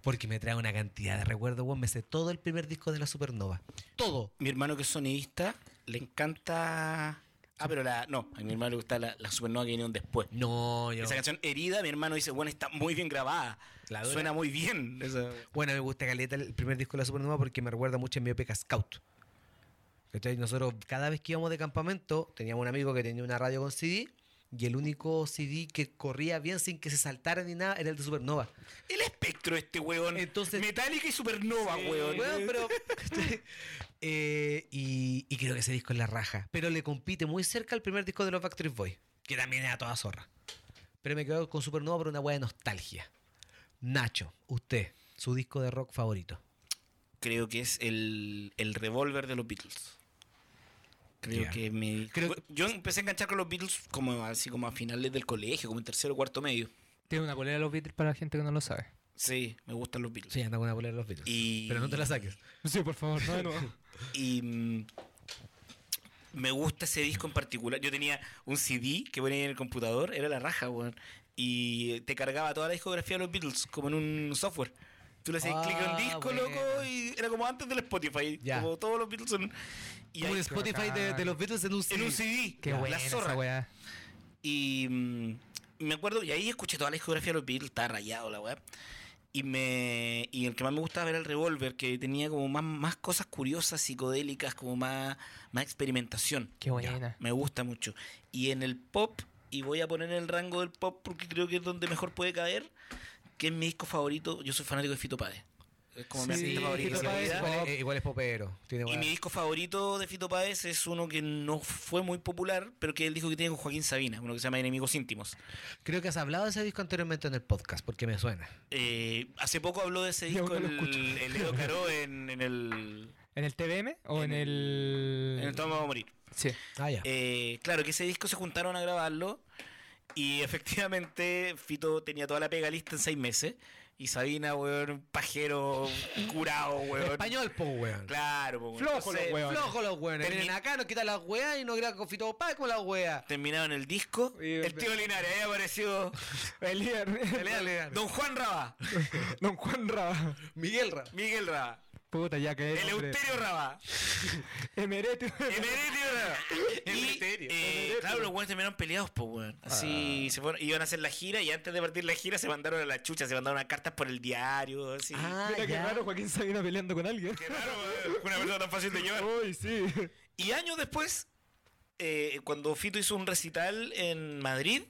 C: Porque me trae una cantidad de recuerdos, weón. Me sé todo el primer disco de la Supernova. Todo.
E: Mi hermano que es sonidista, le encanta... Ah, pero la... No, a mi hermano le gusta la, la supernova que vinieron después.
C: No, yo.
E: Esa canción herida, mi hermano dice, bueno, está muy bien grabada.
C: La dura.
E: Suena muy bien. Esa-
C: Bueno, me gusta Caleta el primer disco de la Supernova porque me recuerda mucho a mi época Scout. ¿Cachai? Nosotros cada vez que íbamos de campamento teníamos un amigo que tenía una radio con CD y el único CD que corría bien sin que se saltara ni nada era el de Supernova.
E: El espectro de este weón.
C: Entonces-
E: Metallica y supernova, weón.
C: Weón, pero. Eh, y, y creo que ese disco es la raja. Pero le compite muy cerca al primer disco de los Backstreet Boys, que también era toda zorra. Pero me quedo con Supernova por una hueá de nostalgia. Nacho, usted, su disco de rock favorito.
E: Creo que es el, el revólver de los Beatles. Creo
C: Ya.
E: que me.
C: Creo-
E: Yo empecé a enganchar con los Beatles como así como a finales del colegio, como en tercero o cuarto medio.
B: Tiene una colera de los Beatles para la gente que no lo sabe.
E: Sí, me gustan los Beatles.
C: Sí, anda con una bolera de los Beatles.
E: Y-
C: Pero no te la saques.
B: Sí, por favor, no de nuevo.
E: Y mm, me gusta ese disco en particular. Yo tenía un CD que ponía en el computador, era la raja, weón. Y te cargaba toda la discografía de los Beatles, como en un software. Tú le hacías
C: Ah,
E: clic en disco,
C: bueno.
E: loco, y era como antes del Spotify.
C: Ya.
E: Como todos los Beatles en, y
C: Como un
E: ahí-
C: Spotify de, de los Beatles en un CD.
E: en un CD.
B: Qué
E: la
B: buena
E: zorra.
B: esa weá.
E: Y mm, me acuerdo, y ahí escuché toda la discografía de los Beatles, estaba rayado la web. Y me y el que más me gustaba era el Revolver, que tenía como más, más cosas curiosas, psicodélicas, como más, más experimentación.
B: Qué buena.
E: Me gusta mucho. Y en el pop, y voy a poner en el rango del pop porque creo que es donde mejor puede caer, que es mi disco favorito. Yo soy fanático de Fito Páez. Es como mi
B: Sí,
E: artista favorito.
B: Fito
E: de la
B: Páez,
E: vida.
B: pop.
C: Igual, es, igual es popero. Tiene
E: Y
C: hueá.
E: mi disco favorito de Fito Páez es uno que no fue muy popular, pero que él dijo que tiene con Joaquín Sabina, uno que se llama Enemigos Íntimos.
C: Creo que has hablado de ese disco anteriormente en el podcast, porque me suena.
E: Eh, hace poco habló de ese
B: Ya,
E: disco
B: uno lo
E: el,
B: escucha.
E: el Edo Caro en, en el,
B: ¿En el TVM o en,
E: En
B: el.?
E: en el Toma a Morir.
B: Sí.
C: Ah, ya.
E: Eh, claro, que ese disco se juntaron a grabarlo y efectivamente Fito tenía toda la pega lista en seis meses y Sabina, weón, un pajero curado, weón.
C: Español, po, weón.
E: Claro, po, weón.
B: Flojo los
E: Entonces,
B: weones.
C: Flojo los weones.
E: Termi-
C: Vienen acá, nos quitan las weas y nos graban con Fito Páez con las weas.
E: Terminaron el disco.
B: Y-
E: El tío Linares, ahí apareció
B: El líder.
E: Don Juan Raba,
B: Don Juan Raba.
C: Miguel Ra.
E: Miguel Raba.
B: Puta, ya que es. hombre.
E: Eleuterio Raba.
B: Emerete.
E: Emeterio Raba. Y,
C: Eleuterio.
E: eh, claro, los weones terminaron peleados, pues, weón. Así se fueron, iban a hacer la gira y antes de partir la gira se mandaron a la chucha, se mandaron a cartas por el diario, así.
B: Mira qué raro Joaquín Sabina peleando con alguien.
E: Qué raro, weón. Una persona tan fácil de llevar.
B: Uy, sí.
E: Y años después, eh, cuando Fito hizo un recital en Madrid,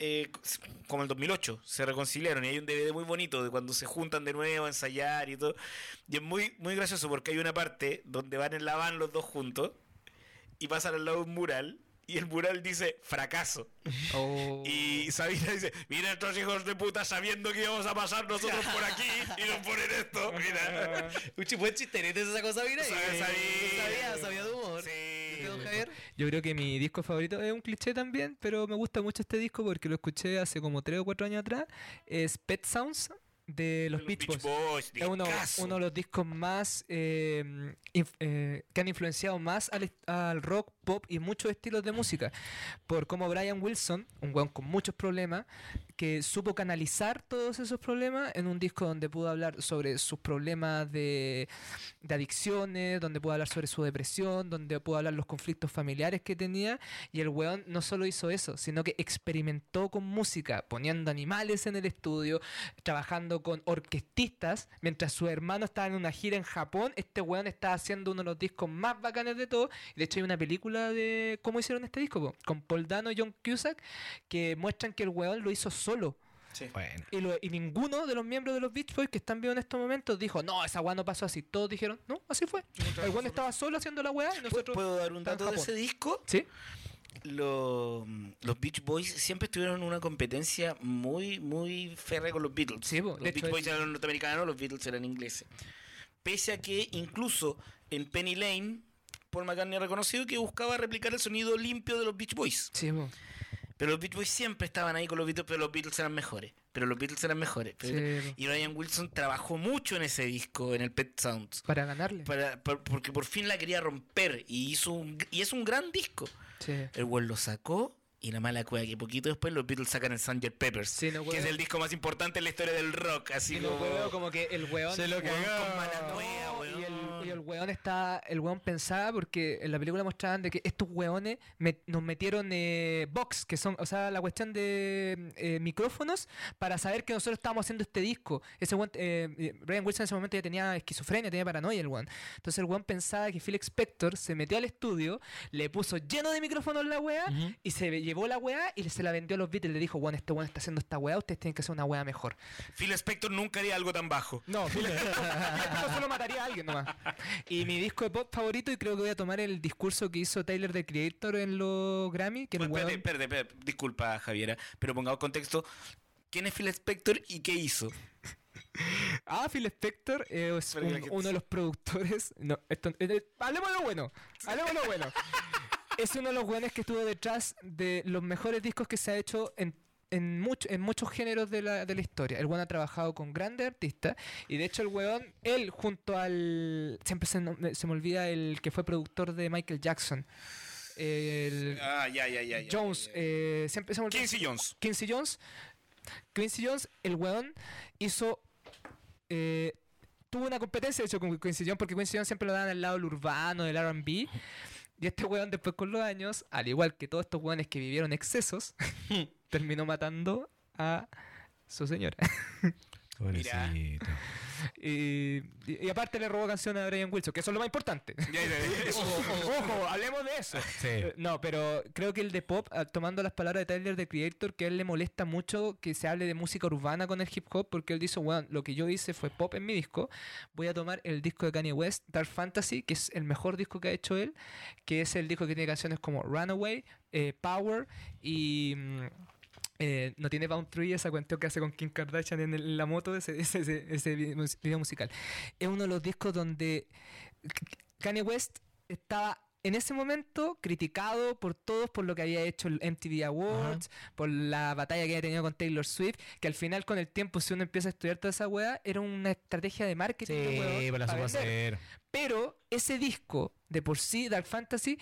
E: eh, como el 2008, se reconciliaron y hay un DVD muy bonito de cuando se juntan de nuevo a ensayar y todo. Y es muy, muy gracioso porque hay una parte donde van en la van los dos juntos y pasan al lado de un mural y el mural dice fracaso.
B: Oh,
C: Oh.
E: Y Sabina dice, mira estos hijos de puta sabiendo que íbamos a pasar nosotros por aquí y nos ponen esto. Mira.
C: Un chi- buen chisterete se sacó Sabina. y-
E: Sabe- Sabina.
C: Sabía, sabía de humor.
E: Sí.
C: ¿Usted, don Javier?
B: Yo creo que mi disco favorito es un cliché también, pero me gusta mucho este disco porque lo escuché hace como 3 o 4 años atrás. Es Pet Sounds de los Beach Boys. Es uno,
E: discazo.
B: uno de los discos más eh, inf- eh, que han influenciado más al, est- al rock, pop y muchos estilos de música. Por cómo Brian Wilson, un weón con muchos problemas, que supo canalizar todos esos problemas en un disco donde pudo hablar sobre sus problemas de, de adicciones, donde pudo hablar sobre su depresión, donde pudo hablar los conflictos familiares que tenía. Y el weón no solo hizo eso, sino que experimentó con música, poniendo animales en el estudio, trabajando con orquestistas, mientras su hermano estaba en una gira en Japón, este weón estaba haciendo uno de los discos más bacanes de todo. Y De hecho, hay una película de cómo hicieron este disco, po, con Paul Dano y John Cusack, que muestran que el weón lo hizo solo.
C: Bueno.
B: Y, lo- y ninguno de los miembros de los Beach Boys que están vivos en estos momentos dijo, no, esa weá no pasó así. Todos dijeron, no, así fue. El weón estaba solo haciendo la weá y nosotros...
E: ¿Puedo dar un
B: Está en
E: dato de
B: Japón.
E: ese disco?
B: ¿Sí?
E: Lo- los Beach Boys siempre tuvieron una competencia muy, muy férrea con los Beatles.
B: Sí, po,
E: los
B: de hecho,
E: Beach Boys
B: es-
E: eran norteamericanos, los Beatles eran ingleses. Pese a que incluso en Penny Lane, Paul McCartney ha reconocido que buscaba replicar el sonido limpio de los Beach Boys.
B: Sí, po.
E: Pero los Beach Boys siempre estaban ahí con los Beatles, pero los Beatles eran mejores. Pero los Beatles eran mejores.
B: Sí,
E: Pero-
B: po.
E: Y Brian Wilson trabajó mucho en ese disco, en el Pet Sounds.
B: Para ganarle.
E: para- por- porque por fin la quería romper y hizo un, y es un gran disco.
B: Sí.
E: El weón lo sacó y la mala cueva que poquito después los Beatles sacan el Sanger Peppers,
B: Sí, no,
E: que es
B: weón.
E: el disco más importante en la historia del rock, así
B: Y lo
E: como,
B: weón como que el weón...
E: lo
C: cagó.
E: con mala
B: No,
E: cueva,
B: y, el, y el
E: weón.
B: weón está, el weón pensaba porque en la película mostraban de que estos weones me- nos metieron eh, box, que son, o sea, la cuestión de eh, micrófonos para saber que nosotros estábamos haciendo este disco. Ese weón, eh, eh, Brian Wilson en ese momento ya tenía esquizofrenia, tenía paranoia el weón. Entonces el weón pensaba que Phil Spector se metió al estudio, le puso lleno de micrófonos la weá y se llevó la weá y se la vendió a los Beatles. Le dijo, weón, este weón está haciendo esta weá, ustedes tienen que hacer una weá mejor.
E: Phil Spector nunca haría algo tan bajo.
B: No, Phil Spector solo mataría a alguien nomás. Y mi disco de pop favorito, y creo que voy a tomar el discurso que hizo Tyler the Creator en los Grammy, que el
E: Pues, espérate,
B: weón-
E: espérate, espérate. disculpa Javiera, pero pongamos contexto. ¿Quién es Phil Spector y qué hizo?
B: Ah, Phil Spector eh, es
E: Pero que la
B: un-
E: gente-
B: uno de los productores. No, esto, eh, eh, hablemos de lo bueno. Hablemos de lo bueno. es uno de los weones que estuvo detrás de los mejores discos que se ha hecho en. En, mucho- en muchos géneros de la, de la historia. El weón ha trabajado con grandes artistas. Y de hecho, el weón, él junto al. Siempre se, nom- se me olvida el que fue productor de Michael Jackson. El,
E: Ah, ya, ya, ya. ya,
B: Jones.
E: ya, ya.
B: eh, siempre se me olvida.
E: Quincy Jones.
B: Quincy Jones. Quincy Jones, el weón, hizo. eh, tuvo una competencia, de hecho, con Quincy Jones, porque Quincy Jones siempre lo daban al lado del urbano, del RB. Y este weón, después con los años, al igual que todos estos weones que vivieron excesos, terminó matando a su señora.
E: Mira.
C: Pobrecito.
B: Y, y- y aparte le robó canciones a Brian Wilson, que eso es lo más importante.
E: Ya, ya, ya.
B: Ojo, hablemos de eso.
C: Sí.
B: Eh, No, pero creo que el de pop, ah, tomando las palabras de Tyler the Creator, que a él le molesta mucho que se hable de música urbana con el hip hop, porque él dice, bueno, lo que yo hice fue pop en mi disco, voy a tomar el disco de Kanye West, Dark Fantasy, que es el mejor disco que ha hecho él, que es el disco que tiene canciones como Runaway, eh, Power y... mm, eh, no tiene Boundary, esa cuestión que hace con Kim Kardashian en, el- en la moto, ese, ese, ese- ese vi- mus- video musical. Es uno de los discos donde Kanye West estaba en ese momento criticado por todos por lo que había hecho el MTV Awards, por la batalla que había tenido con Taylor Swift, que al final con el tiempo si uno empieza a estudiar toda esa weá, era una estrategia de marketing. de weón
C: Sí, para la
B: pa'
C: supo
B: vender.
C: hacer.
B: Pero ese disco, de por sí, Dark Fantasy,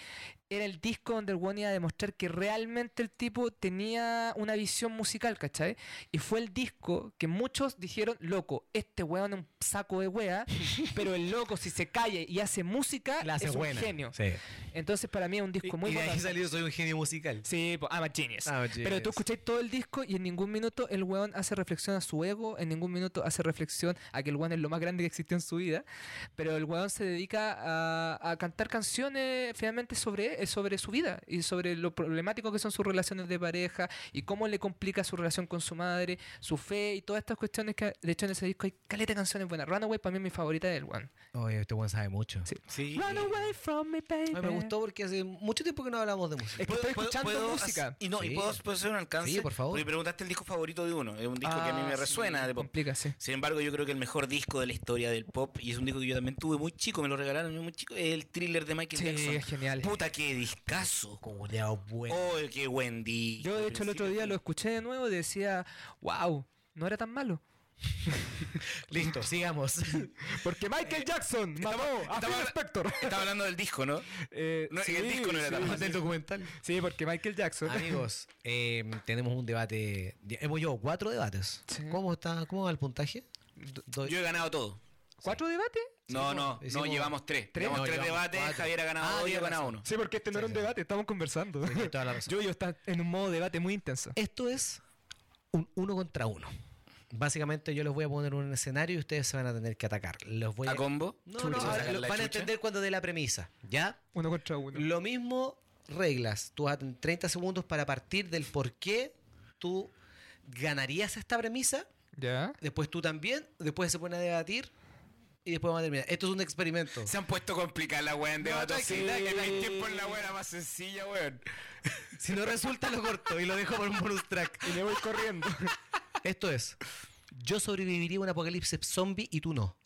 B: era el disco donde el weón iba a demostrar que realmente el tipo tenía una visión musical, ¿cachai? Y fue el disco que muchos dijeron, loco, este weón es un saco de wea, pero el loco si se calle y hace música,
C: La hace
B: es
C: buena.
B: un genio.
C: Sí.
B: Entonces para mí es un
C: Y,
B: disco muy
C: y de ahí
B: importante.
C: salió Soy un genio musical.
B: Sí, po, I'm a genius.
C: Ah,
B: Pero tú
C: genius.
B: escucháis todo el disco y en ningún minuto el weón hace reflexión a su ego, en ningún minuto hace reflexión a que el weón es lo más grande que existió en su vida. Pero el weón se dedica a, a cantar canciones finalmente sobre, eh, sobre su vida y sobre lo problemático que son sus relaciones de pareja y cómo le complica su relación con su madre, su fe y todas estas cuestiones que de hecho en ese disco hay caleta de canciones buenas. Runaway para mí es mi favorita del weón.
C: Oye, este buen sabe mucho.
B: Sí.
E: Sí.
B: Runaway from me, baby.
C: Ay, me gustó porque hace mucho tiempo que no hablamos de música.
B: Es que estoy escuchando música.
E: Y no,
C: Sí.
E: y puedo, puedo hacer un alcance.
C: Sí, por favor.
E: Porque preguntaste el disco favorito de uno. Es un disco que a mí
B: Ah,
E: me
B: sí,
E: resuena de pop.
B: complica, sí.
E: Sin embargo, yo creo que el mejor disco de la historia del pop, y es un disco que yo también tuve muy chico, me lo regalaron muy chico, es el thriller de Michael
B: Sí,
E: Jackson.
B: es genial.
E: Puta, qué discazo.
C: Culeado bueno.
E: Oh, qué buen disco.
B: Yo, de hecho, el otro día lo escuché de nuevo y decía, wow, no era tan malo.
C: Listo, sigamos.
B: Porque Michael Jackson mató a Phil Spector.
E: Estaba hablando del disco, ¿no?
B: Eh,
E: No, el disco no era tan malo.
C: Del documental.
B: Sí, porque Michael Jackson.
C: Amigos, eh, tenemos un debate. di- Hemos llevado cuatro debates.
B: Sí.
C: ¿Cómo está? ¿Cómo va el puntaje? Doy-
E: Yo he ganado todo.
B: ¿Cuatro debates?
E: No, no, no,
C: hicimos-
E: llevamos tres.
B: eh, ¿Tres?
E: Llevamos
C: No,
E: tres
C: llevamos
E: debates,
C: cuatro.
E: Javier ha
C: Ah,
E: ganado dos y yo he
C: tienes
E: ganado
C: razón.
E: uno.
B: Sí, porque este no
C: Sí,
B: era un
C: sí.
B: debate, estamos conversando.
C: Tienes toda la razón.
B: Yo y yo está en un modo debate muy intenso.
C: Esto es un uno contra uno. Básicamente yo les voy a poner un escenario y ustedes se van a tener que atacar. Los voy a...
E: ¿A combo?
C: no, no, ahora lo- van a entender cuando dé la premisa. ¿Ya?
B: Uno contra uno.
C: Lo mismo reglas. Tú vas a tener 30 segundos para partir del por qué tú ganarías esta premisa.
B: ¿Ya?
C: Después tú también. Después se ponen a debatir. Y después vamos a terminar. Esto es un experimento.
E: Se han puesto complicadas la weá en debate.
C: tranquila,
E: que en
C: tranquila.
E: mi tiempo en la weá era más sencilla, weón.
C: Si no resulta, lo corto y lo dejo por un bonus track.
B: Y me voy corriendo.
C: Esto es. Yo sobreviviría a un apocalipsis zombie y tú no.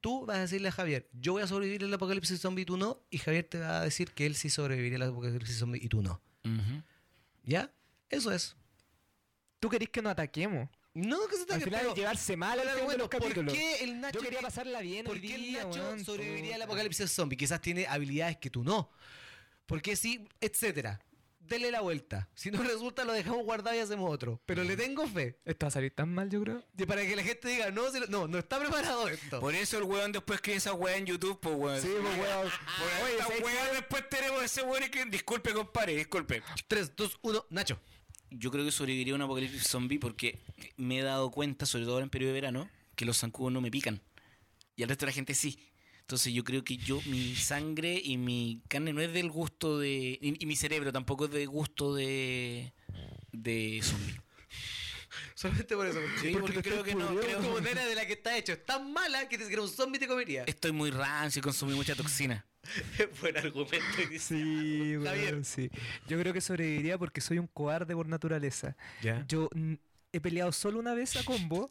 C: Tú vas a decirle a Javier, yo voy a sobrevivir al apocalipsis zombie y tú no. Y Javier te va a decir que él sí sobreviviría al apocalipsis zombie y tú no. ¿Ya? Eso es.
B: ¿Tú querés que nos ataquemos?
C: No, que se te
B: Al final de llevarse mal al
C: Claro,
B: final de
C: bueno,
B: los
C: ¿por
B: capítulos.
C: qué el Nacho,
B: Yo quería pasarla bien
C: ¿por
B: hoy
C: qué el
B: día,
C: Nacho
B: weón,
C: sobreviviría al
B: puta.
C: apocalipsis zombie? Quizás tiene habilidades que tú no. Porque sí, etcétera. Dele la vuelta. Si no resulta, lo dejamos guardado y hacemos otro. Pero le tengo fe.
B: Esto va a salir tan mal, yo creo.
C: Y para que la gente diga, no, se lo- no, no está preparado esto.
E: Por eso el weón después escribe esa weá en YouTube, pues weón.
B: Sí, pues, weón.
E: Por esta weá después tenemos ese weón que. Disculpe, compadre, disculpe.
C: 3, 2, 1, Nacho.
E: Yo creo que sobreviviría a un apocalipsis zombie porque me he dado cuenta, sobre todo ahora en periodo de verano, que los zancudos no me pican. Y al resto de la gente sí. Entonces yo creo que yo, mi sangre y mi carne no es del gusto de... Y, y mi cerebro tampoco es del gusto de... De zombie.
C: Solamente por eso.
E: Sí, porque creo que no...
C: Creo que
E: Creo,
C: moneda de la que está hecho es tan mala que ni siquiera un zombie te comería.
E: estoy muy rancio y consumí mucha toxina.
C: Buen argumento.
B: Sí,
C: Javier.
B: weón, sí. Yo creo que sobreviviría porque soy un cobarde por naturaleza. Yo mm, he peleado solo una vez a combo.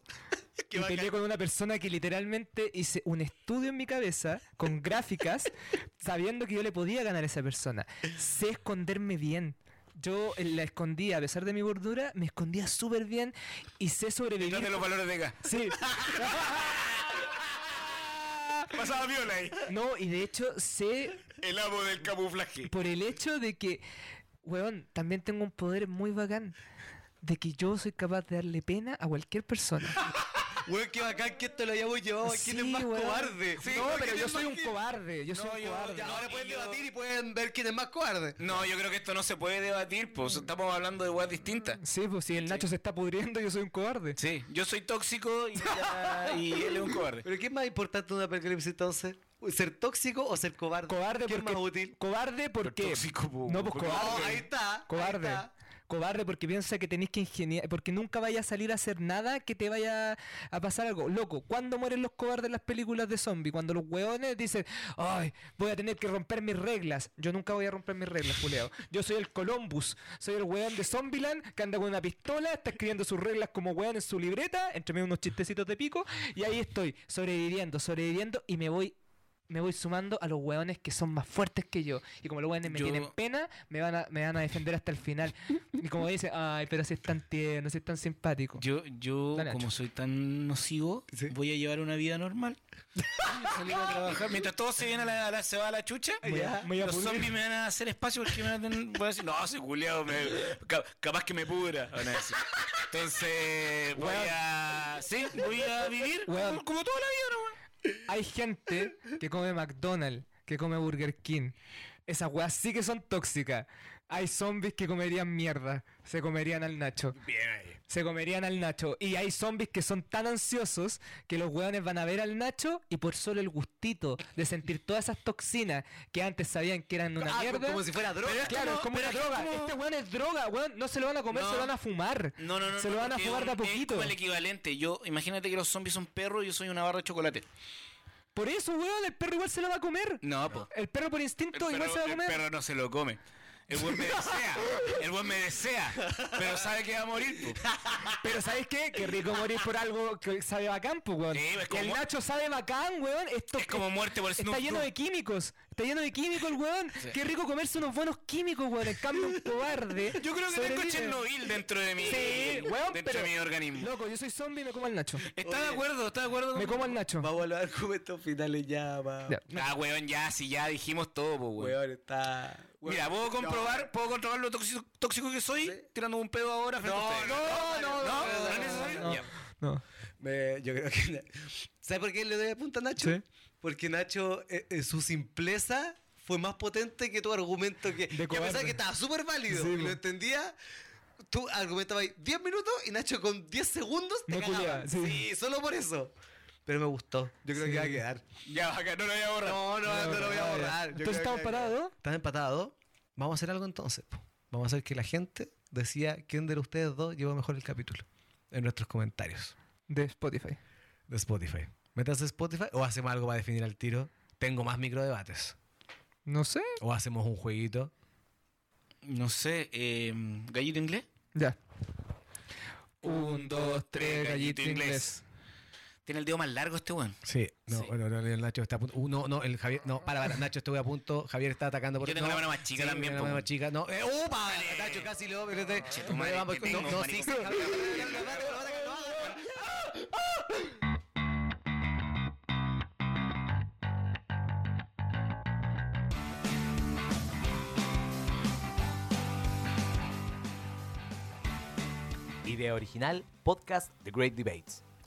C: Qué
B: y
C: bacán.
B: peleé con una persona que literalmente hice un estudio en mi cabeza con gráficas, sabiendo que yo le podía ganar a esa persona. Sé esconderme bien. Yo eh, la escondía, a pesar de mi gordura, me escondía súper bien y sé sobrevivir.
E: Date los valores de acá.
B: Sí.
E: Pasaba viola ahí.
B: No, y de hecho sé
E: El amo del camuflaje.
B: por el hecho de que, weón, también tengo un poder muy bacán. De que yo soy capaz de darle pena a cualquier persona.
C: Weón, qué bacán que esto lo hayamos llevado. ¿a Oh, ¿Quién es
B: Sí,
C: más
B: weón.
C: cobarde? Sí,
B: no,
C: ¿quién
B: pero
C: es
B: yo
C: más
B: soy un
C: que-
B: cobarde. Yo soy
E: No,
B: un
E: yo-
B: cobarde.
E: ya,
C: Ahora pueden
E: Yo-
C: debatir y pueden ver quién es más cobarde.
E: No, yo creo que esto no se puede debatir, pues estamos hablando de weas distintas.
B: Sí, pues si el Nacho se está pudriendo, yo soy un cobarde.
E: Sí, yo soy tóxico y, ya- y él es un cobarde.
C: ¿Pero qué es más importante en un apocalipsis entonces? ¿Ser tóxico o ser cobarde?
B: Cobarde
C: ¿Qué es
B: porque.
C: más útil?
B: Cobarde porque.
E: tóxico, po,
B: no, pues
E: porque-
B: cobarde.
C: No, ahí está. Ah, ahí
B: cobarde.
C: está.
B: Cobarde porque piensa que tenéis que ingeniar. Porque nunca vaya a salir a hacer nada que te vaya a pasar algo. Loco, ¿cuándo mueren los cobardes en las películas de zombie? Cuando los hueones dicen, ay, voy a tener que romper mis reglas. Yo nunca voy a romper mis reglas, Julio. Yo soy el Columbus. Soy el hueón de Zombieland que anda con una pistola, está escribiendo sus reglas como hueón en su libreta, entre medio unos chistecitos de pico. Y ahí estoy, sobreviviendo, sobreviviendo y me voy me voy sumando a los hueones que son más fuertes que yo. Y como los hueones me
E: Yo-
B: tienen pena, me van, a, me van a defender hasta el final. Y como dice, ay, pero si es tan tierno, si es tan simpático.
E: Yo, yo
B: Dale,
E: como
B: Nacho.
E: soy tan nocivo,
C: Sí.
E: voy a llevar una vida normal. Salir a trabajar. Mientras todos se vienen a la, a la- se va a la chucha,
B: Voy a- voy a
E: los
B: pudrir.
E: zombies me van a hacer espacio porque me van a, tener- voy a decir, no, ese culiao me- ca- capaz que me pudra. van a decir. Entonces voy
B: Weón.
E: a. Sí, voy a vivir
B: Weón.
E: como, como toda la vida, ¿no? weón?
B: Hay gente que come McDonald's, que come Burger King. Esas weas sí que son tóxicas. Hay zombies que comerían mierda. Se comerían al Nacho.
E: Bien ahí.
B: Se comerían al Nacho. Y hay zombies que son tan ansiosos que los weones van a ver al Nacho y por solo el gustito de sentir todas esas toxinas que antes sabían que eran una
C: Ah,
B: mierda.
C: como si fuera droga.
B: Claro, es como
E: pero
B: una
E: es
B: droga.
E: como-
B: Este weón es droga, weón. No se lo van a comer,
E: No.
B: se lo van a fumar.
E: No, no, no.
B: Se lo
E: no,
B: van a
E: porque
B: jugar de a
E: es un- Es
B: poquito.
E: como el equivalente. Yo, imagínate que los zombies son perros y yo soy una barra de chocolate.
B: Por eso, weón, el perro igual se lo va a comer.
E: No, pues.
B: El perro por
E: El
B: instinto igual
E: perro,
B: se va a
E: el
B: comer.
E: perro no se lo come. El buen me desea. El buen me desea. Pero sabe que va a morir. po.
B: Pero ¿sabes qué? Qué rico morir por algo que sabe bacán, pues, weón.
E: Sí, es como
B: el
E: mu-
B: Nacho sabe bacán, weón. Esto
E: Es como muerte por Snoop
B: Está lleno
E: Dogg.
B: de químicos. Está lleno de químicos el weón. Qué rico comerse unos buenos químicos, weón. En cambio, un cobarde.
E: Yo creo que tengo
B: sobrevive.
E: Chernobyl dentro de mi,
B: eh. Sí, weón,
E: dentro
B: pero-
E: de mi organismo.
B: Loco, yo soy zombie y me como al Nacho.
E: ¿Está de acuerdo? ¿Está de acuerdo?
B: Me
E: Con...
B: como al Nacho.
C: Vamos a los argumentos finales ya, va.
B: Ya.
E: Ah, weón, ya, si ya dijimos todo, po, weón.
C: Weón, está. weón.
E: Mira, puedo comprobar, puedo controlar lo tóxico, tóxico que soy tirando un pedo ahora frente a ustedes.
B: no, no,
E: no,
B: no,
E: no,
B: no,
E: es necesario.
B: no.
E: Ya.
B: No. Eh,
C: Me- yo creo que. ¿Sabes por qué le doy punta a Nacho?
B: Sí.
C: Porque Nacho, eh, eh, su simpleza fue más potente que tu argumento. Que, que a pesar
B: cobarde.
C: que estaba súper válido
B: Sí,
C: y
B: po.
C: lo entendía, tú argumentabas ahí 10 minutos y Nacho con 10 segundos te
B: Me
C: cagaba.
B: culiaba, sí.
C: sí, solo por eso. Pero me gustó. Yo creo
B: Sí.
C: que va a quedar.
E: Ya, acá no lo voy a borrar.
C: No, no, no lo voy a borrar.
B: Entonces
C: Yo creo
B: estamos
C: que-
B: parados.
C: Están empatados. Vamos a hacer algo entonces. po. Vamos a hacer que la gente decía quién de ustedes dos llevó mejor el capítulo en nuestros comentarios
B: De Spotify.
C: de Spotify. ¿Metas a Spotify o hacemos algo para definir al tiro? Tengo más microdebates.
B: No sé.
C: O hacemos un jueguito.
E: No sé, eh, gallito inglés.
B: Ya. Un, dos, tres, gallito inglés.
E: Tiene el dedo más largo este weón.
C: Sí, no,
E: Sí.
C: bueno, no, el Nacho está a punto. Uh, no, no, el Javier. No, para, para, Nacho estuve a punto. Javier está atacando por
E: Yo tengo
C: no,
E: la mano más chica
C: sí,
E: también,
C: La
E: po.
C: mano más chica, no. Eh, ¡Upa! Nacho casi lo. pero te-
E: Che, tu madre,
C: Vamos,
E: que
C: no,
E: tengo,
C: no, sí,
E: maricón.
C: sí, Javier, lo ataca, lo ataca, lo ataca.
F: Idea original, podcast The Great Debates.